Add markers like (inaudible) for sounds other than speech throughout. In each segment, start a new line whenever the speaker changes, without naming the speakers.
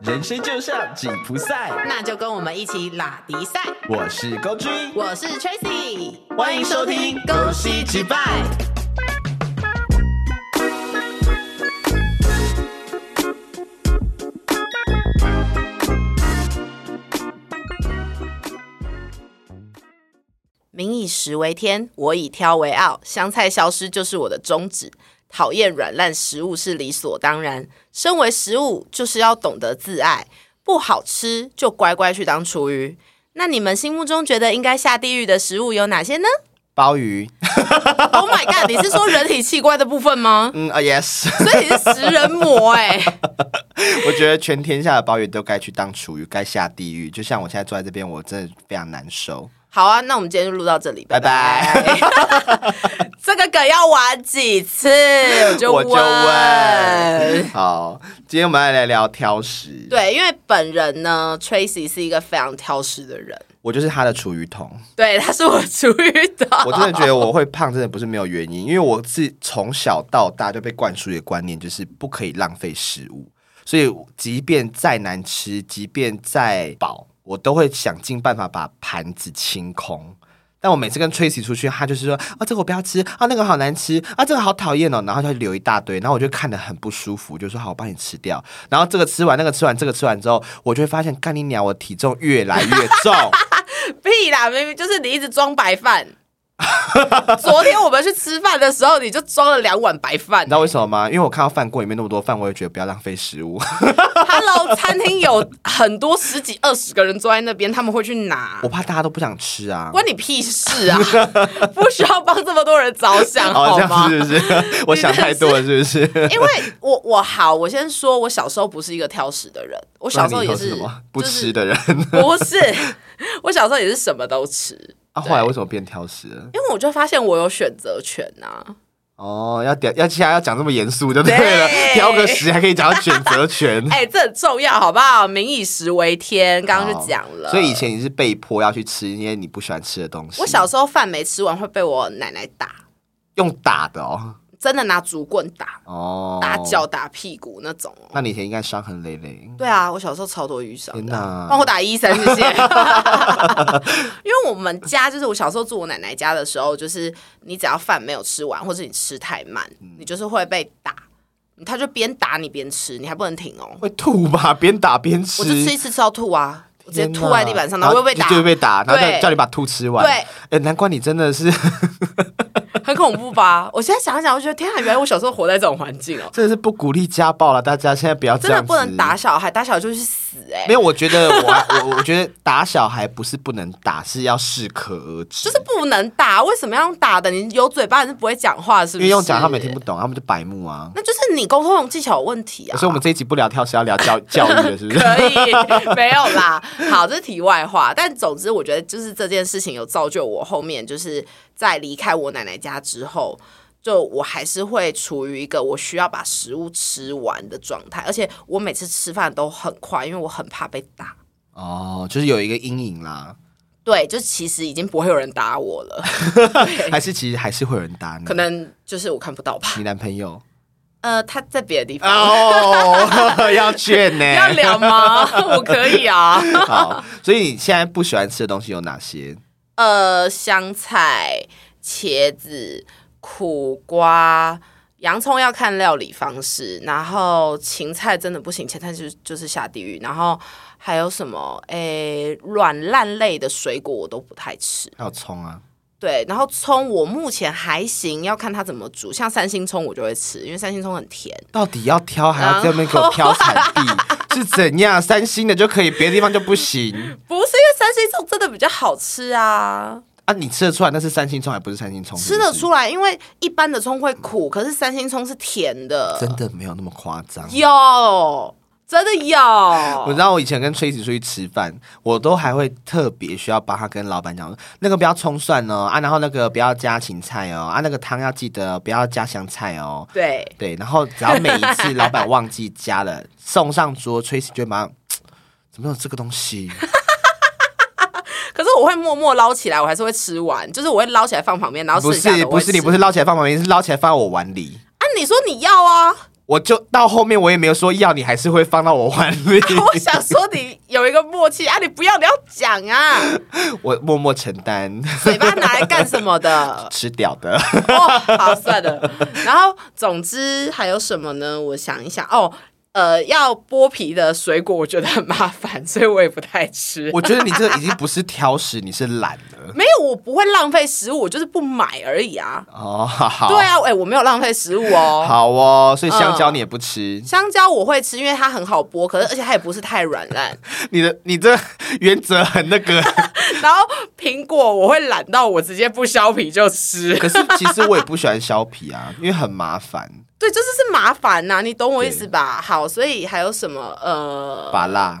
人生就像紧箍赛。
那就跟我们一起拉迪赛。
我是高君，
我是 Tracy，
欢迎收听《勾西击败》。
民以食为天，我以挑为傲。香菜消失就是我的宗旨。讨厌软烂食物是理所当然。身为食物，就是要懂得自爱。不好吃就乖乖去当厨余。那你们心目中觉得应该下地狱的食物有哪些呢
鲍 (laughs) 鱼，
？Oh my god！你是说人体器官的部分
(laughs)
吗？
嗯啊，yes，
所以你是食人魔哎、
我觉得全天下的鲍鱼都该去当厨余，该下地狱。就像我现在坐在这边，我真的非常难受。
好啊，那我们今天就录到这里，
拜拜
拜 (laughs) 这个梗要玩几次，我就
我就
问。
问，好，今天我们来来聊挑食。，
对，因为本人呢，Tracy 是一个非常挑食的人，
我就是他的厨余桶。
对，他是我厨余的。 (laughs)
我真的觉得我会胖，真的不是没有原因，因为我是从小到大就被灌输一个观念，就是不可以浪费食物，所以即便再难吃，即便再饱，我都会想尽办法把盘子清空。但我每次跟 Tracy 出去，他就是说啊，这个我不要吃啊，那个好难吃啊，这个好讨厌哦，然后他就留一大堆，然后我就看得很不舒服，就说好，我帮你吃掉。然后这个吃完，那个吃完，这个吃完之后，我就会发现，干你娘，我体重越来越重。
屁啦，明明就是你一直装白饭。昨天我们去吃饭的时候，你就装了两碗白饭
(laughs) 你知。道为什么吗？因为我看到饭锅里面那么多饭，我也觉得不要浪费食物。 (laughs)
Hello，餐厅有很多十几二十个人坐在那边，他们会去拿
我，怕大家都不想吃啊。
关你屁
(laughs)
事啊！不需要帮这么多人着想，
哦，
好
这样？
吗
是不
(laughs)
是？我想太多了，是不是？
因为我我好，我先说，我小时候不是一个挑食的人，我小时候
(laughs)
也
那你以
是
后什么不
就是
吃的人
(laughs) 不是，我小时候也是什么都吃，
(laughs) 啊？后来为什么变挑食了？
因为我就发现我有选择权啊。
哦，要点要其他要讲这么严肃就对了，
对
挑个食还可以讲到选择权
(laughs) 。哎、这很重要，好不好？民以食为天，刚刚就讲了。
所以以前你是被迫要去吃一些你不喜欢吃的东西。
我小时候饭没吃完会被我奶奶打，
用打的哦，
真的拿竹棍打，
哦，
打脚。打屁股那种哦。
那你以前应该伤痕累累。
对啊，我小时候超多瘀伤
天
的啊。
哪
帮！我打医生，
(laughs)
谢谢。因为我们家就是我小时候住我奶奶家的时候，就是你只要饭没有吃完，或者你吃太慢，
嗯
你就是会被打。他就边打你边吃，你还不能停哦。
会吐吧？边打边 (laughs) 吃。
我就吃一次吃到吐啊，我直接
天哪
吐在地板上，然后又被打
就，就被打，然后
对
叫叫你把吐吃完。
对，
哎，难怪你真的是，
(laughs)
(laughs)
很恐怖吧？我现在想一想，我觉得天啊，原来我小时候活在这种环境
(laughs)，
哦
真的是不鼓励家暴了。大家现在不要这
真的
样子，
不能打。小孩，打小孩就去死哎、
没有，我觉得我我我觉得打小孩不是不能打，是要适可而止。
就是不能打，为什么要用打的？你有嘴巴你是不会讲话，是不
因为
是？
用讲他们也听不懂，他们就白目啊。
那就是你沟通有技巧有问题啊。 (laughs)
所以我们这一集不聊跳，是要聊教教育的，是不是？
可以，没有啦。好，这是题外话。但总之，我觉得就是这件事情有造就我后面，就是在离开我奶奶家之后，就我还是会处于一个我需要把食物吃完的状态，而且我每次吃饭都很快，因为我很怕被打。
哦，就是有一个阴影啦，
对，就其实已经不会有人打我了，
(laughs) 还是其实还是会有人打你，
可能就是我看不到吧。
你男朋
(laughs)
友
呃，他在别的地
啊
方。
哦，要劝呢、
要聊吗？ (laughs) 我可以啊。
好，所以你现在不喜欢吃的东西有哪些？
呃，香菜、茄子、苦瓜、洋葱要看料理方式，然后芹菜真的不行，芹菜就是就是下地狱。然后还有什么？诶，软烂类的水果我都不太吃。
还有葱啊，
对，然后葱我目前还行，要看它怎么煮。像三星葱我就会吃，因为三星葱很甜。
到底要挑还要在那边给我挑产地 (laughs) 是怎样？三星的就可以，别的地方就不行
不是因为三星葱真的比较好吃啊，
啊？你吃得出来那是三星葱还不是三星葱？
吃
是
得
不是
出来，因为一般的葱会苦，可是三星葱是甜的。
真的没有那么夸张。
有，真的
我
有。
知道我以前跟崔子出去吃饭，我都还会特别需要帮他跟老板讲，那个不要葱蒜哦，啊，然后那个不要加芹菜哦，啊，那个汤要记得不要加香菜哦。
对，
对，然后只要每一次老板忘记加了，送上桌，崔子就会马上，嘖怎么有这个东西？
可是我会默默捞起来，我还是会吃完，就是我会捞起来放旁边，然后
不
剩下
是
的我
不
会
是，你不
吃
是捞起来放旁边，是捞起来放在我碗里。
啊？你说你要啊？ (laughs)
我就到后面我也没有说要，你还是会放到我碗
(laughs)
里，
我想说你有一个默契啊，你不要你要讲
(laughs)
啊，
(laughs) 我默默承担， (laughs)
嘴巴拿来干什么的？
吃掉的。 (laughs)
哦，好，算了。然后总之还有什么呢？我想一想哦。呃，要剥皮的水果我觉得很麻烦， (laughs) 所以我也不太吃。
我觉得你这已经不是挑食，你是懒了。
没有，我不会浪费食物，我就是不买而已啊。
哦，好，
对啊，哎、嗯我没有浪费食物哦。
好哦，所以香蕉你也不吃， (laughs)
香蕉我会吃，因为它很好剥，可是而且它也不是太软烂。
你的你这原则很那个。 (laughs)
然后苹果我会懒到我直接不削皮就吃，
可是其实我也不喜欢削皮啊，因为很麻烦，
(laughs) 对，就是是麻烦呐、你懂我意思吧？好，所以还有什么呃，
拔辣，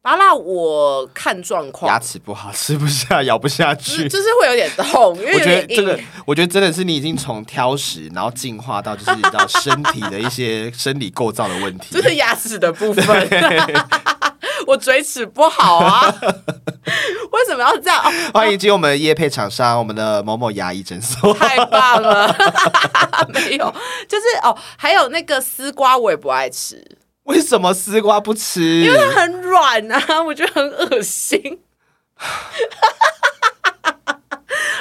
拔蜡我看状
牙
况，
齿不好，吃不下，咬不下
就是
去。
就是会有点痛，因为
我
嗯有
觉得
点
这个
硬。，
我觉得真的是你已经从挑食，然后进化到就是到身体的一些生理构造的问题
就。是牙齿的部 (laughs) 分，我嘴齿不好啊， (laughs) 为什么要这样？哦
(laughs) 欢迎进入我们的业配厂商，我们的某某牙医诊所。 (laughs)
太棒了， (laughs) 没有，就是哦，还有那个丝瓜我也不爱吃，
为什么丝瓜不吃？
它很软啊，我觉得很恶心。 (laughs)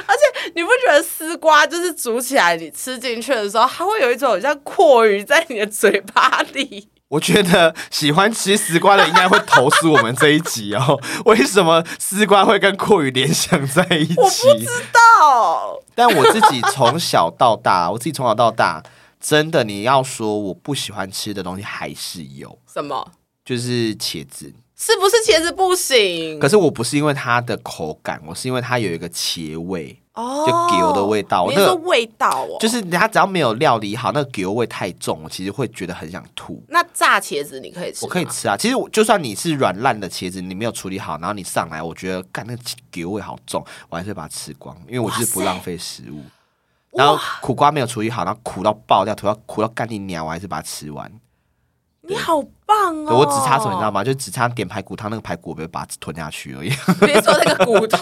而且你不觉得丝瓜就是煮起来，你吃进去的时候，它会有一种像阔鱼在你的嘴巴里？
我觉得喜欢吃丝瓜的应该会投诉我们这一集哦。 (laughs) 为什么丝瓜会跟阔鱼联想在一
我不
起
知？道，
但我自己从小到大，我自己从小到大，真的你要说我不喜欢吃的东西还是有，
什么
就是茄子。
是不是茄子不行
可？是我不是因为它的口感，我是因为它有一个茄味，
哦
就油的味道
你
那
是
个
说味道哦？
就是它只要没有料理好，那个油味太重，我其实会觉得很想吐。
那炸茄子你可以吃，
我可以。吃啊。其实我就算你是软烂的茄子，你没有处理好，然后你上来，我觉得干那个给味好重，我还是会把它吃光，因为我就是不浪费食物。然后苦瓜没有处理好，然后苦到爆掉，苦到苦到干你娘，我还是把它吃完。
你好棒
对
哦！
我只差什么你知道吗？就只差点排骨汤那个排骨，我不会把它吞下去而已。 (laughs)
(laughs) 别说那个骨头，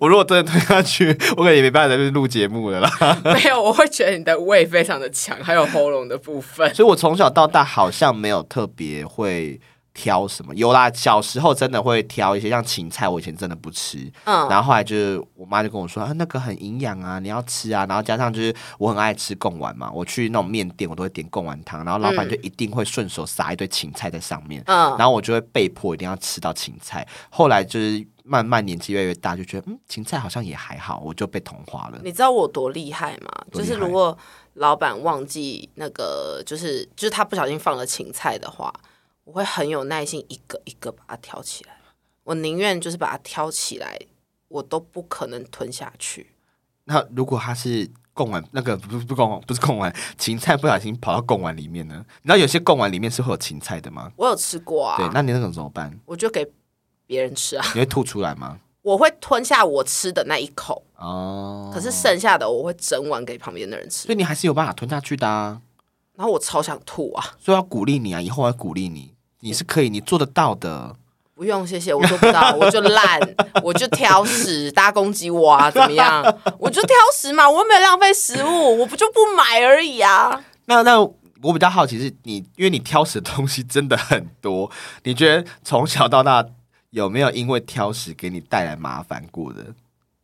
我如果真的吞下去，我可能也没办法在这录节目了啦。
没有，我会觉得你的胃非常的强，还有喉咙的
(laughs)
部分。
所以我从小到大好像没有特别会挑什么，有啦，小时候真的会挑一些像芹菜，我以前真的不吃，
嗯
然后后来就是我妈就跟我说啊，那个很营养啊，你要吃啊，然后加上就是我很爱吃贡丸嘛，我去那种面店我都会点贡丸汤，然后老板就一定会顺手撒一堆芹菜在上面，
嗯
然后我就会被迫一定要吃到芹菜，后来就是慢慢年纪越来越大，就觉得嗯，芹菜好像也还好，我就被同化了。
你知道我多厉害吗？
多
就
厉害
是如果老板忘记那个，就是就是他不小心放了芹菜的话，我会很有耐心一个一个把它挑起来。我宁愿就是把它挑起来，我都不可能吞下去。
那如果它是贡丸，那个不是不是贡丸，不是贡丸，芹菜不小心跑到贡丸里面呢？你知道有些贡丸里面是会有芹菜的吗？
我有吃过
对
啊，，
那你那种怎么办？
我就给别人吃啊， (laughs)
你会吐出来吗？
我会吞下我吃的那一口，
哦，
可是剩下的我会整碗给旁边的人吃
所，以你还是有办法吞下去的啊。
然后我超想吐啊！
所以要鼓励你啊，以后我要鼓励你，你是可以，你做得到的。
不用，谢谢，我做不到，我就烂，我就挑食，大家攻击我啊，怎么样？我就挑食嘛，我又没有浪费食物，我不就不买而已啊。
那那我比较好奇是你，因为你挑食的东西真的很多，你觉得从小到大有没有因为挑食给你带来麻烦过的？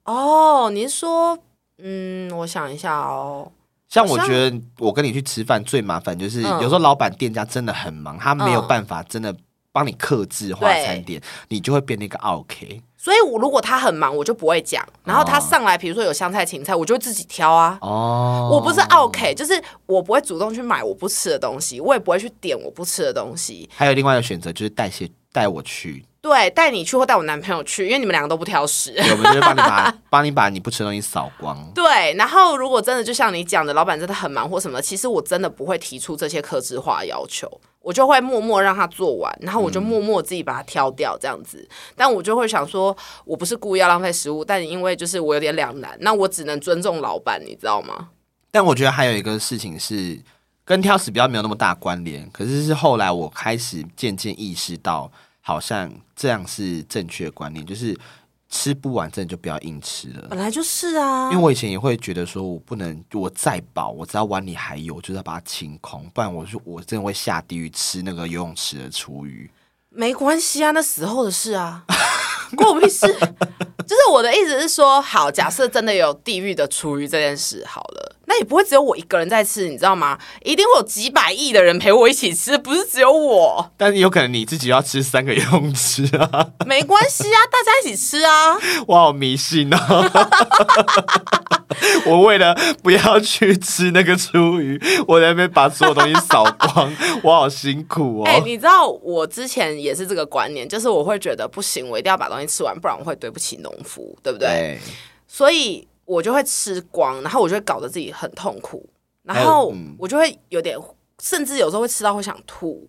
哦，您说，嗯，我想一下哦，
像
好
我
像
觉得我跟你去吃饭最麻烦就是，
嗯
有时候老板店家真的很忙，他没有
嗯
办法真的帮你克制化
对
餐点，你就会变那个 OK
所以我如果他很忙，我就不会讲，然后他上来，比如说有香菜、芹菜，我就会自己挑啊。
哦。
我不是 OK，就是我不会主动去买我不吃的东西，我也不会去点我不吃的东西。
还有另外一个选择就是带些带我去，
对，带你去或带我男朋友去，因为你们两个都不挑食。
对我们就会帮你把
(laughs)
帮你把你不吃的东西扫光。
对，然后如果真的就像你讲的，老板真的很忙或什么，其实我真的不会提出这些克制化要求，我就会默默让他做完，然后我就默默自己把它挑掉这样子。但我就会想说，我不是故意要浪费食物，但因为就是我有点两难，那我只能尊重老板，你知道吗？
但我觉得还有一个事情是跟挑食比较没有那么大关联，可是是后来我开始渐渐意识到，好像这样是正确的观念，就是吃不完真的就不要硬吃了。
本来就是啊，
因为我以前也会觉得说，我不能，我再饱，我只要碗里还有，我就是要把它清空，不然我就我真的会下地狱吃那个游泳池的厨余。
没关系啊，那死后的事啊， (laughs) 关我屁事。就是我的意思是说，好，假设真的有地狱的厨余这件事，好了，那也不会只有我一个人在吃，你知道吗？一定会有几百亿的人陪我一起吃，不是只有我。
但是有可能你自己要吃三个游泳池啊！ (laughs)
没关系啊，大家一起吃啊。
我好迷信哦。 (laughs) 我为了不要去吃那个厨余，我在那边把所有东西扫光， (laughs) 我好辛苦哦。
哎、你知道我之前也是这个观念，就是我会觉得不行，我一定要把东西吃完，不然我会对不起农夫，对不对？
对，
所以我就会吃光，然后我就会搞得自己很痛苦，
还
然
有
后
嗯
我就会有点，甚至有时候会吃到会想吐。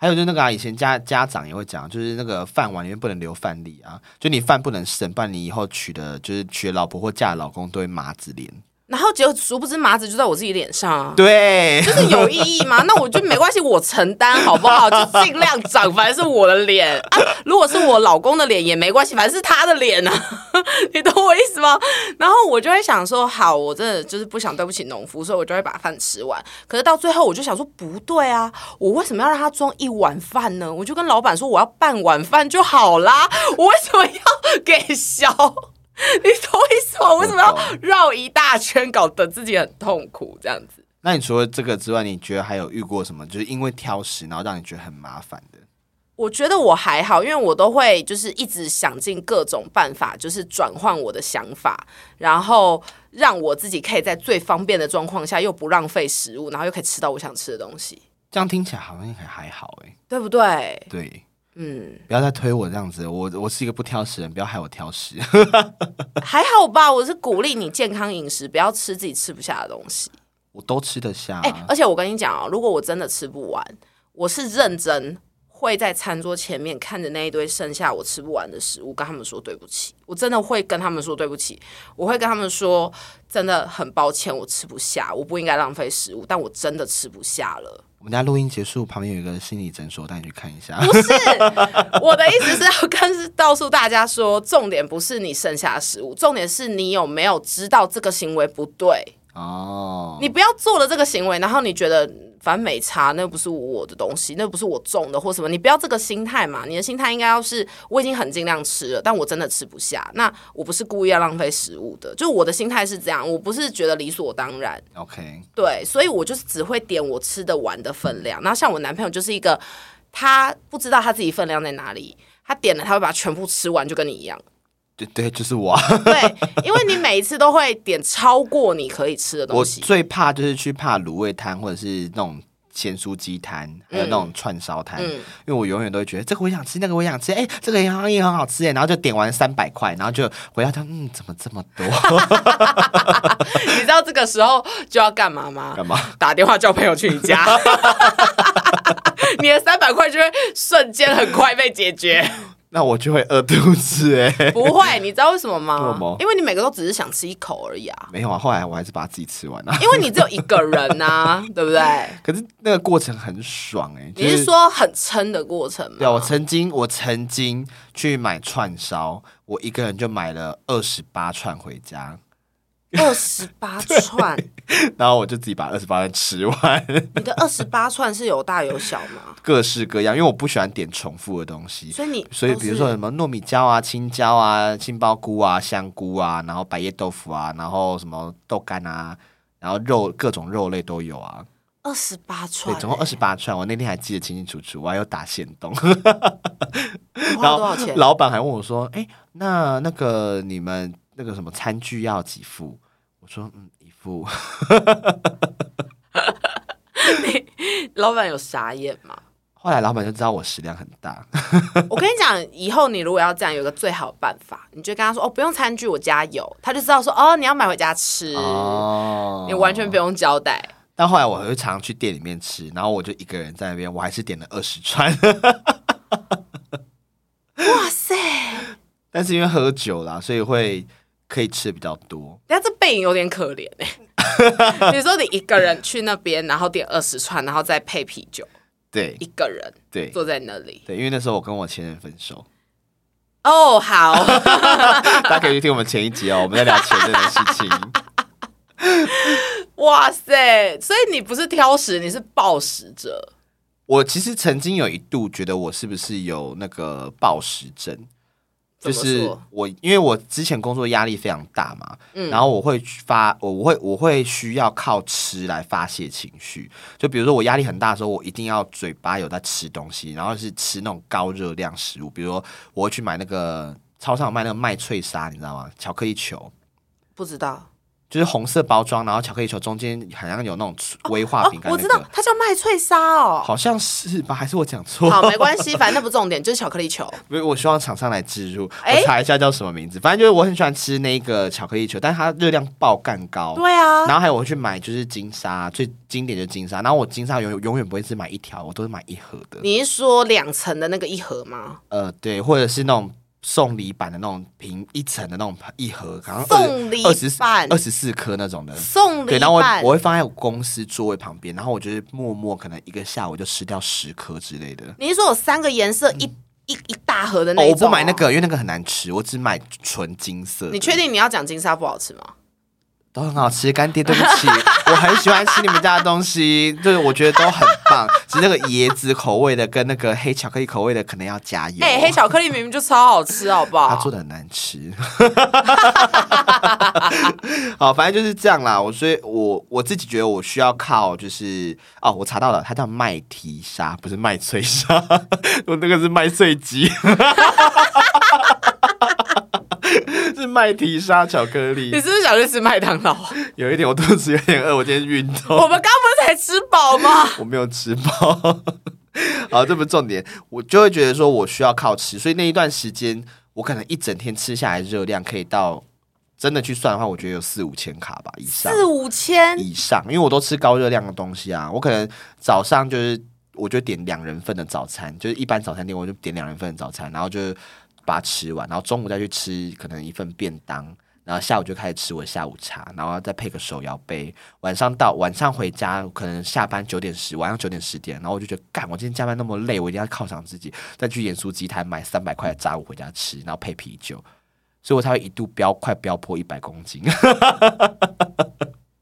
还有就是那个啊，以前家家长也会讲，就是那个饭碗里面不能留饭粒啊，就你饭不能剩，不然你以后娶的就是娶的老婆或嫁的老公都会麻子
(laughs)
脸。
然后结果殊不知麻子就在我自己脸上啊，
对，
这有意义吗？那我就没关系，我承担好不好？就尽量长，反正是我的脸啊。如果是我老公的脸也没关系，反正是他的脸啊， (laughs) 你懂我意思吗？然后我就会想说，好，我真的就是不想对不起农夫，所以我就会把饭吃完。可是到最后，我就想说，不对啊，我为什么要让他装一碗饭呢？我就跟老板说，我要半碗饭就好啦，我为什么要给削？ (laughs) 你懂我意思吗？我为什么要
我
绕一大圈，搞得自己很痛苦这样子？
那你除了这个之外，你觉得还有遇过什么？就是因为挑食，然后让你觉得很麻烦的？
我觉得我还好，因为我都会就是一直想尽各种办法，就是转换我的想法，然后让我自己可以在最方便的状况下，又不浪费食物，然后又可以吃到我想吃的东西，
这样听起来好像还还好哎、
对不对？
对，
嗯，
不要再推我这样子，我我是一个不挑食的人，不要害我挑食。 (laughs)
还好吧。我是鼓励你健康饮食，不要吃自己吃不下的东西。
我都吃得下、啊
哎、而且我跟你讲哦，如果我真的吃不完，我是认真会在餐桌前面看着那一堆剩下我吃不完的食物，跟他们说对不起。我真的会跟他们说对不起，我会跟他们说真的很抱歉，我吃不下，我不应该浪费食物，但我真的吃不下了。
我们家录音结束，旁边有一个心理诊所，我带你去看一下。
不是，我的意思是要跟是告诉大家说，重点不是你剩下的食物，重点是你有没有知道这个行为不对。
哦，
你不要做了这个行为，然后你觉得反正没差，那不是我的东西，那不是我种的或什么，你不要这个心态嘛。你的心态应该要是我已经很尽量吃了，但我真的吃不下，那我不是故意要浪费食物的，就我的心态是这样，我不是觉得理所当然。
OK，
对，所以我就是只会点我吃得完的分量。然后像我男朋友就是一个，他不知道他自己分量在哪里，他点了他会把它全部吃完，就跟你一样。
对对，就是我啊。
对，因为你每一次都会点超过你可以吃的东
我
西。
最怕就是去怕卤味摊或者是那种咸酥鸡摊，
嗯
还有那种串烧摊，因为我永远都会觉得这个我想吃，那个我想吃，哎、这个也好也很好吃哎，然后就点完三百块，然后就回到家，嗯，怎么这么多？
你知道这个时候就要干嘛吗？
干嘛？
(laughs) 打电话叫朋友去你
(laughs)
家，你的三百块就会瞬间很快被解决。
那我就会饿肚子哎。
不会，你知道为什么吗？
为什么
因为你每个都只是想吃一口而已啊，
(laughs) 没有啊，后来我还是把它自己吃完了、啊。
因为你只有一个人呐、
(laughs)
啊，对不对？
可是那个过程很爽哎、就
你是说很撑的过程
对啊，我
吗？
曾经我曾经去买串烧，我一个人就买了二十八串回家，
二十八串，
(laughs) 然后我就自己把二十八串吃完，
你的二十八串是有大有小吗？
各式各样，因为我不喜欢点重复的东西。
所以你
所以，
都
比如
是
说什么糯米椒啊、青椒啊、杏鲍菇啊、香菇啊，然后白叶豆腐啊，然后什么豆干啊，然后肉各种肉类都有啊。
二十八
对
串、，
总共二十八串，我那天还记得清清楚楚，我还有打线动。
你花
然
了多
后
少
(laughs)
钱？
老板还问我说：“哎、那那个你们那个什么餐具要几副？”我说：“嗯，一副。 (laughs)
老板有傻眼吗？”
后来老板就知道我食量很大，
(laughs) 我跟你讲，以后你如果要这样，有一个最好的办法，你就跟他说哦，不用餐具，我家有，他就知道说哦，你要买回家吃，
哦
你完全不用交代。
但后来我会常去店里面吃，然后我就一个人在那边，我还是点了二十串。
哇塞，
但是因为喝酒啦，所以会可以吃比较多。
人家这背影有点可怜
(laughs)
哎、你说你一个人去那边，然后点二十串，然后再配啤酒，
对
一个人
对
坐在那里，
对，因为那时候我跟我前任分手，
哦，好，
(laughs) 大家可以去听我们前一集哦，我们在聊前任的事情。 (laughs)
哇塞！所以你不是挑食，你是暴食者。
我其实曾经有一度觉得我是不是有那个暴食症，就
怎么
是
说
我因为我之前工作压力非常大嘛，
嗯
然后我会发我我会我会需要靠吃来发泄情绪，就比如说我压力很大的时候，我一定要嘴巴有在吃东西，然后是吃那种高热量食物，比如说我会去买那个超商有卖那个麦脆沙，你知道吗？巧克力球。
不知道
就是红色包装，然后巧克力球中间好像有那种威化
哦
饼，干、那个
我知道，它叫麦脆沙哦。
好像是吧？还是我讲错？
好，没关系，反正那不重点，就是巧克
(laughs)
力球。
不是，我希望厂商来植入，
哎
我查一下叫什么名字。反正就是我很喜欢吃那个巧克力球，但它热量爆干高。
对啊
然，后还有我去买就是金沙，最经典就是金沙。然后我金沙永永远不会只买一条，我都是买一盒的。
你是说两层的那个一盒吗？
呃，对，或者是那种送礼版的那种平一层的那种一盒，好像
送礼
二十
版
二十四颗那种的。
送
对，
礼
然后我
版
我。会放在我公司座位旁边，然后我就是默默可能一个下午就吃掉十颗之类的。
你是说有三个颜色一一一大盒的那
哦，
一种？啊
我不买那。个，因为那个很难吃，我只买纯金色的。
你确定你要讲金沙不好吃 (laughs) 吗？
都很好吃，干爹，对不起， (laughs) 我很喜欢吃你们家的东西，就是我觉得都很棒，只是那个椰子口味的跟那个黑巧克力口味的可能要加油。
哎、黑巧克力明明就超好吃，好不 (laughs)
他
好
做？的很难吃， (laughs) 好，反正就是这样啦。我所以我，我自己觉得我需要靠，就是哦，我查到了，它叫麦提沙，不是麦脆沙， (laughs) 我那个是麦脆鸡， (laughs) 是麦提沙巧克
你
力。
是不是想去吃麦当 (laughs) 劳？
有一点，我肚子有点饿，我今天运动。
我们刚不是才吃饱 (laughs) 吗？
我没有吃饱。 (laughs) 好，这不是重点，我就会觉得说我需要靠吃，所以那一段时间我可能一整天吃下来热量可以到真的去算的话，我觉得有四五千卡吧以上
四五千，
以上，因为我都吃高热量的东西啊，我可能早上就是我就点两人份的早餐，就是一般早餐店我就点两人份的早餐，然后就把它吃完，然后中午再去吃可能一份便当。然后下午就开始吃我的下午茶，然后再配个手摇杯。晚上到晚上回家，可能下班九点十，晚上九点十点，然后我就觉得，干，我今天加班那么累，我一定要犒赏自己，再去盐酥鸡摊买三百块的炸物回家吃，然后配啤酒，所以我才会一度飙快飙破一百公斤。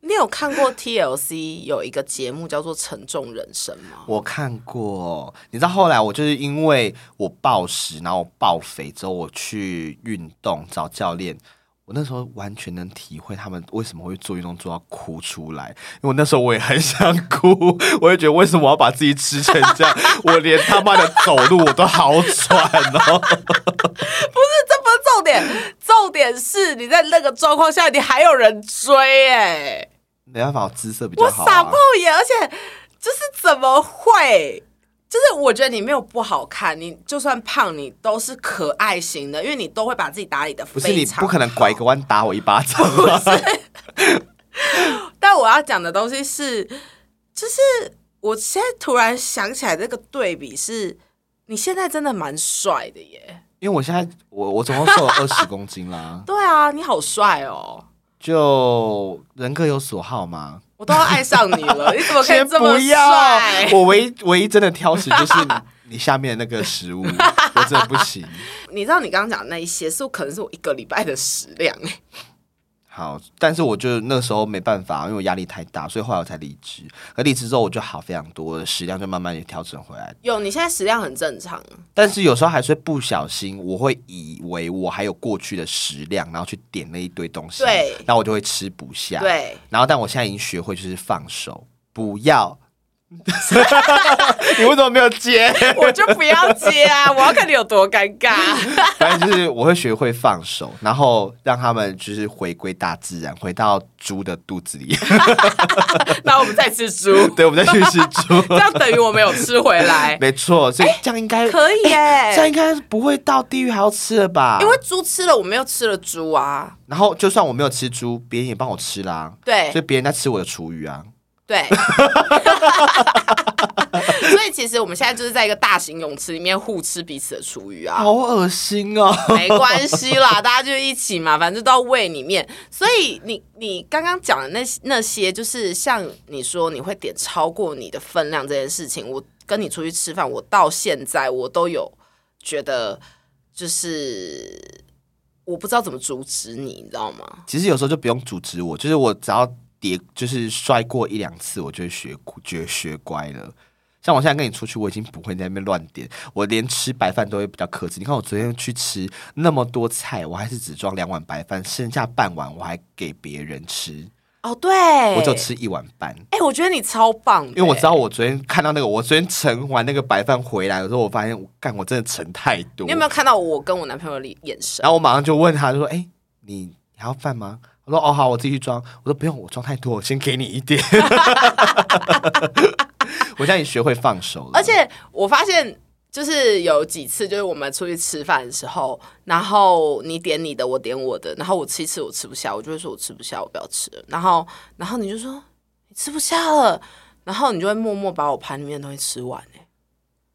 你有看过 TLC 有一个节目叫做《沉重人生》吗？
我看过，你知道后来我就是因为我暴食，然后我暴肥之后，我去运动找教练。我那时候完全能体会他们为什么会做运动做到哭出来，因为我那时候我也很想哭，我也觉得为什么我要把自己吃成这样，我连他妈的走路我都好喘哦。
(laughs) 这不是重点，重点是你在那个状况下，你还有人追哎、
没办法，我姿色比较
我
好、
傻
啊
爆。眼，而且就是怎么会？就是我觉得你没有不好看，你就算胖，你都是可爱型的，因为你都会把自己打理的
不是你
非常
不可能拐个弯打我一巴掌吧，
好。但我要讲的东西是，就是我现在突然想起来这个对比是，你现在真的蛮帅的耶。
(laughs) 因为我现在我我总共瘦了二十公斤啦，
对啊，你好帅哦，
就人各有所好嘛。
我都要爱上
(laughs)
你了，你怎么可以
先
这么
不要
帅，？
我唯一唯一真的挑食就是你
(laughs)
你下面的那个食物，我真的不行。
你知道你刚刚讲的那一些是可能是我一个礼拜的食量哎。
好，但是我就那时候没办法，因为我压力太大，所以后来我才离职。而离职之后我就好非常多，我的食量就慢慢也调整回来。
有，你现在食量很正常，
但是有时候还是会不小心，我会以为我还有过去的食量，然后去点那一堆东西，
对
然后我就会吃不下。
对。
然后但我现在已经学会就是放手，不
(laughs)
要。 (laughs) 你为什么没有接？
(laughs) 我就不要接啊！我要看你有多尴
(laughs)
尬。
反正就是我会学会放手，然后让他们就是回归大自然，回到猪的肚子里。 (laughs)
那我们再吃猪，
对，我们再去吃猪，
这样等于我没有吃回
(laughs)
来，
没错。所以这样应该、
可以耶、
这样应该不会到地狱还要吃了吧？
因为猪吃了，我们又吃了猪啊。
然后就算我没有吃猪，别人也帮我吃啦，
对
所以别人在吃我的厨余啊。 (laughs)
对。 (laughs) 所以其实我们现在就是在一个大型泳池里面互吃彼此的厨余啊。
好恶心哦！
(laughs) 没关系啦， (laughs) 大家就一起嘛，反正都要胃里面。所以你你刚刚讲的那些那些，就是像你说你会点超过你的分量这件事情，我跟你出去吃饭，我到现在我都有觉得就是我不知道怎么阻止你，你知道吗？
其实有时候就不用阻止我，就是我只要跌，就是摔过一两次，我就会学觉学乖了。像我现在跟你出去，我已经不会在那边乱点，我连吃白饭都会比较克制。你看我昨天去吃那么多菜，我还是只装两碗白饭，剩下半碗我还给别人吃，
哦，对，
我
我
就。吃一碗半。
哎、我觉得你超棒的，
因为我知道我昨天看到那个，我昨天盛完那个白饭回来的时候，我发现我干我真的盛太多。
哎你有没有看到我跟我男朋友的眼神？
然后我马上就问他，就说：“哎、你还要饭吗？”我说：“哦，好，我自己去装。”我说：“不用，我装太多，我先给你一
(laughs)
点。”我现在已经学会放手了，
而且我发现，就是有几次，就是我们出去吃饭的时候，然后你点你的，我点我的，然后我吃一次我吃不下，我就会说我吃不下，我不要吃了。然后，然后你就说你吃不下了，然后你就会默默把我盘里面的东西吃完、欸。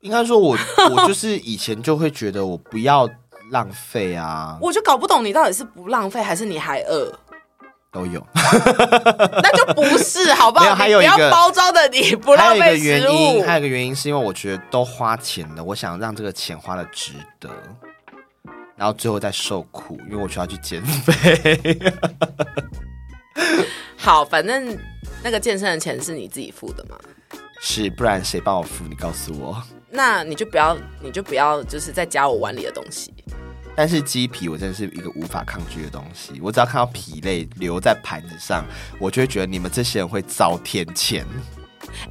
应该说我，我就是以前就会觉得我不要浪费啊，
我就搞不懂你到底是不浪费，还是你还饿？
都有。
那就不 (laughs) 是，好不
没
好？
有还
你
有
不
一
要
个
包装的你不浪
还有一个
费食
原
物
因，。还有一个原因是因为我觉得都花钱了，我想让这个钱花的值得，然后最后再受苦，因为我需要去减肥。
好，反正那个健身的钱是你自己付的嘛。
是，不然谁帮我付？你告诉我。
那你就不要，你就不要，就是再加我碗里的东西。
但是鸡皮我真的是一个无法抗拒的东西，我只要看到皮类留在盘子上，我就会觉得你们这些人会遭天谴。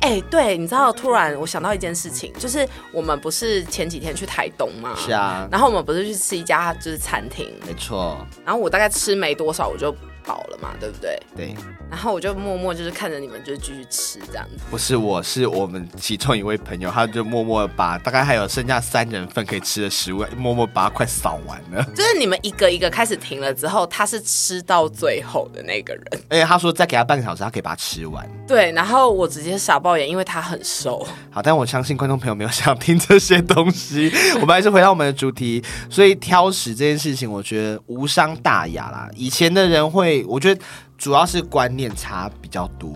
哎、对，你知道，突然我想到一件事情，就是我们不是前几天去台东吗？
是。啊，
然后我们不是去吃一家就是餐厅，
没错，
然后我大概吃没多少我就饱了嘛，对不对？
对，
然后我就默默就是看着你们就是继续吃这样子。
不是我，是我们其中一位朋友，他就默默地把大概还有剩下三人份可以吃的食物，默默把它快扫完 (laughs) 了。
就是你们一个一个开始停了之后，他是吃到最后的那个人，
而哎且他说再给他半个小时，他可以把它吃完。
对。然后我直接傻爆眼，因为他很瘦。
好，但我相信观众朋友没有 (laughs) 想听这些东西，我们还是回到我们的主题。所以挑食这件事情，我觉得无伤大雅啦。以前的人会，我觉得主要是观念差比较多。